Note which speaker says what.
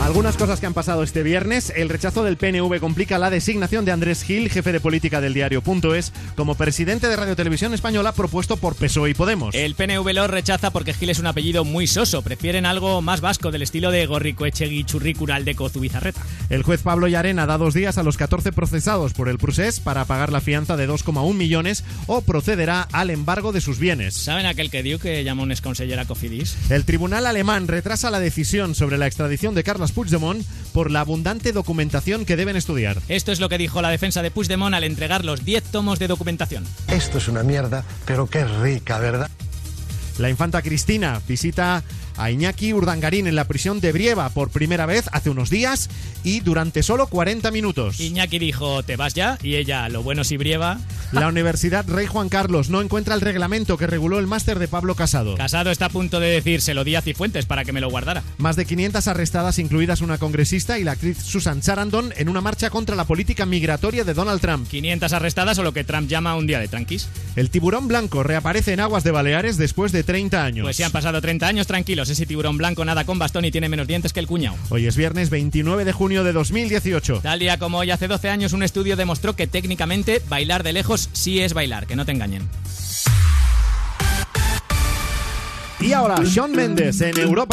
Speaker 1: Algunas cosas que han pasado este viernes. El rechazo del PNV complica la designación de Andrés Gil, jefe de política del diario.es, como presidente de Radio Televisión Española propuesto por PSOE E y Podemos.
Speaker 2: El PNV lo rechaza porque Gil es un apellido muy soso. Prefieren algo más vasco, del estilo de Gorricoechegui, Churricural, de Cozubizarreta.
Speaker 1: El juez Pablo Yarena da dos días a los 14 procesados por el procés para pagar la fianza de 2,1 millones o procederá al embargo de sus bienes.
Speaker 2: ¿Saben aquel que dio que llamó un exconsellera Cofidis?
Speaker 1: El tribunal alemán retrasa la decisión sobre la extradición de Carlos Puigdemont por la abundante documentación que deben estudiar.
Speaker 2: Esto es lo que dijo la defensa de Puigdemont al entregar los 10 tomos de documentación.
Speaker 3: Esto es una mierda, pero qué rica, ¿verdad?
Speaker 1: La infanta Cristina visita a Iñaki Urdangarín en la prisión de Brieva por primera vez hace unos días y durante solo 40 minutos.
Speaker 2: Iñaki dijo, ¿te vas ya? Y ella, lo bueno si Brieva.
Speaker 1: La Universidad Rey Juan Carlos no encuentra el reglamento que reguló el máster de Pablo Casado.
Speaker 2: Casado está a punto de decir, se lo di a Cifuentes para que me lo guardara.
Speaker 1: Más de 500 arrestadas, incluidas una congresista y la actriz Susan Sarandon, en una marcha contra la política migratoria de Donald Trump.
Speaker 2: 500 arrestadas o lo que Trump llama un día de tranquis.
Speaker 1: El tiburón blanco reaparece en aguas de Baleares después de 30 años.
Speaker 2: Pues si han pasado 30 años, tranquilos, ese tiburón blanco nada con bastón y tiene menos dientes que el cuñado.
Speaker 1: Hoy es viernes 29 de junio de 2018.
Speaker 2: Tal día como hoy, hace 12 años, un estudio demostró que técnicamente bailar de lejos sí es bailar, que no te engañen.
Speaker 1: Y ahora, Sean Mendes en Europa.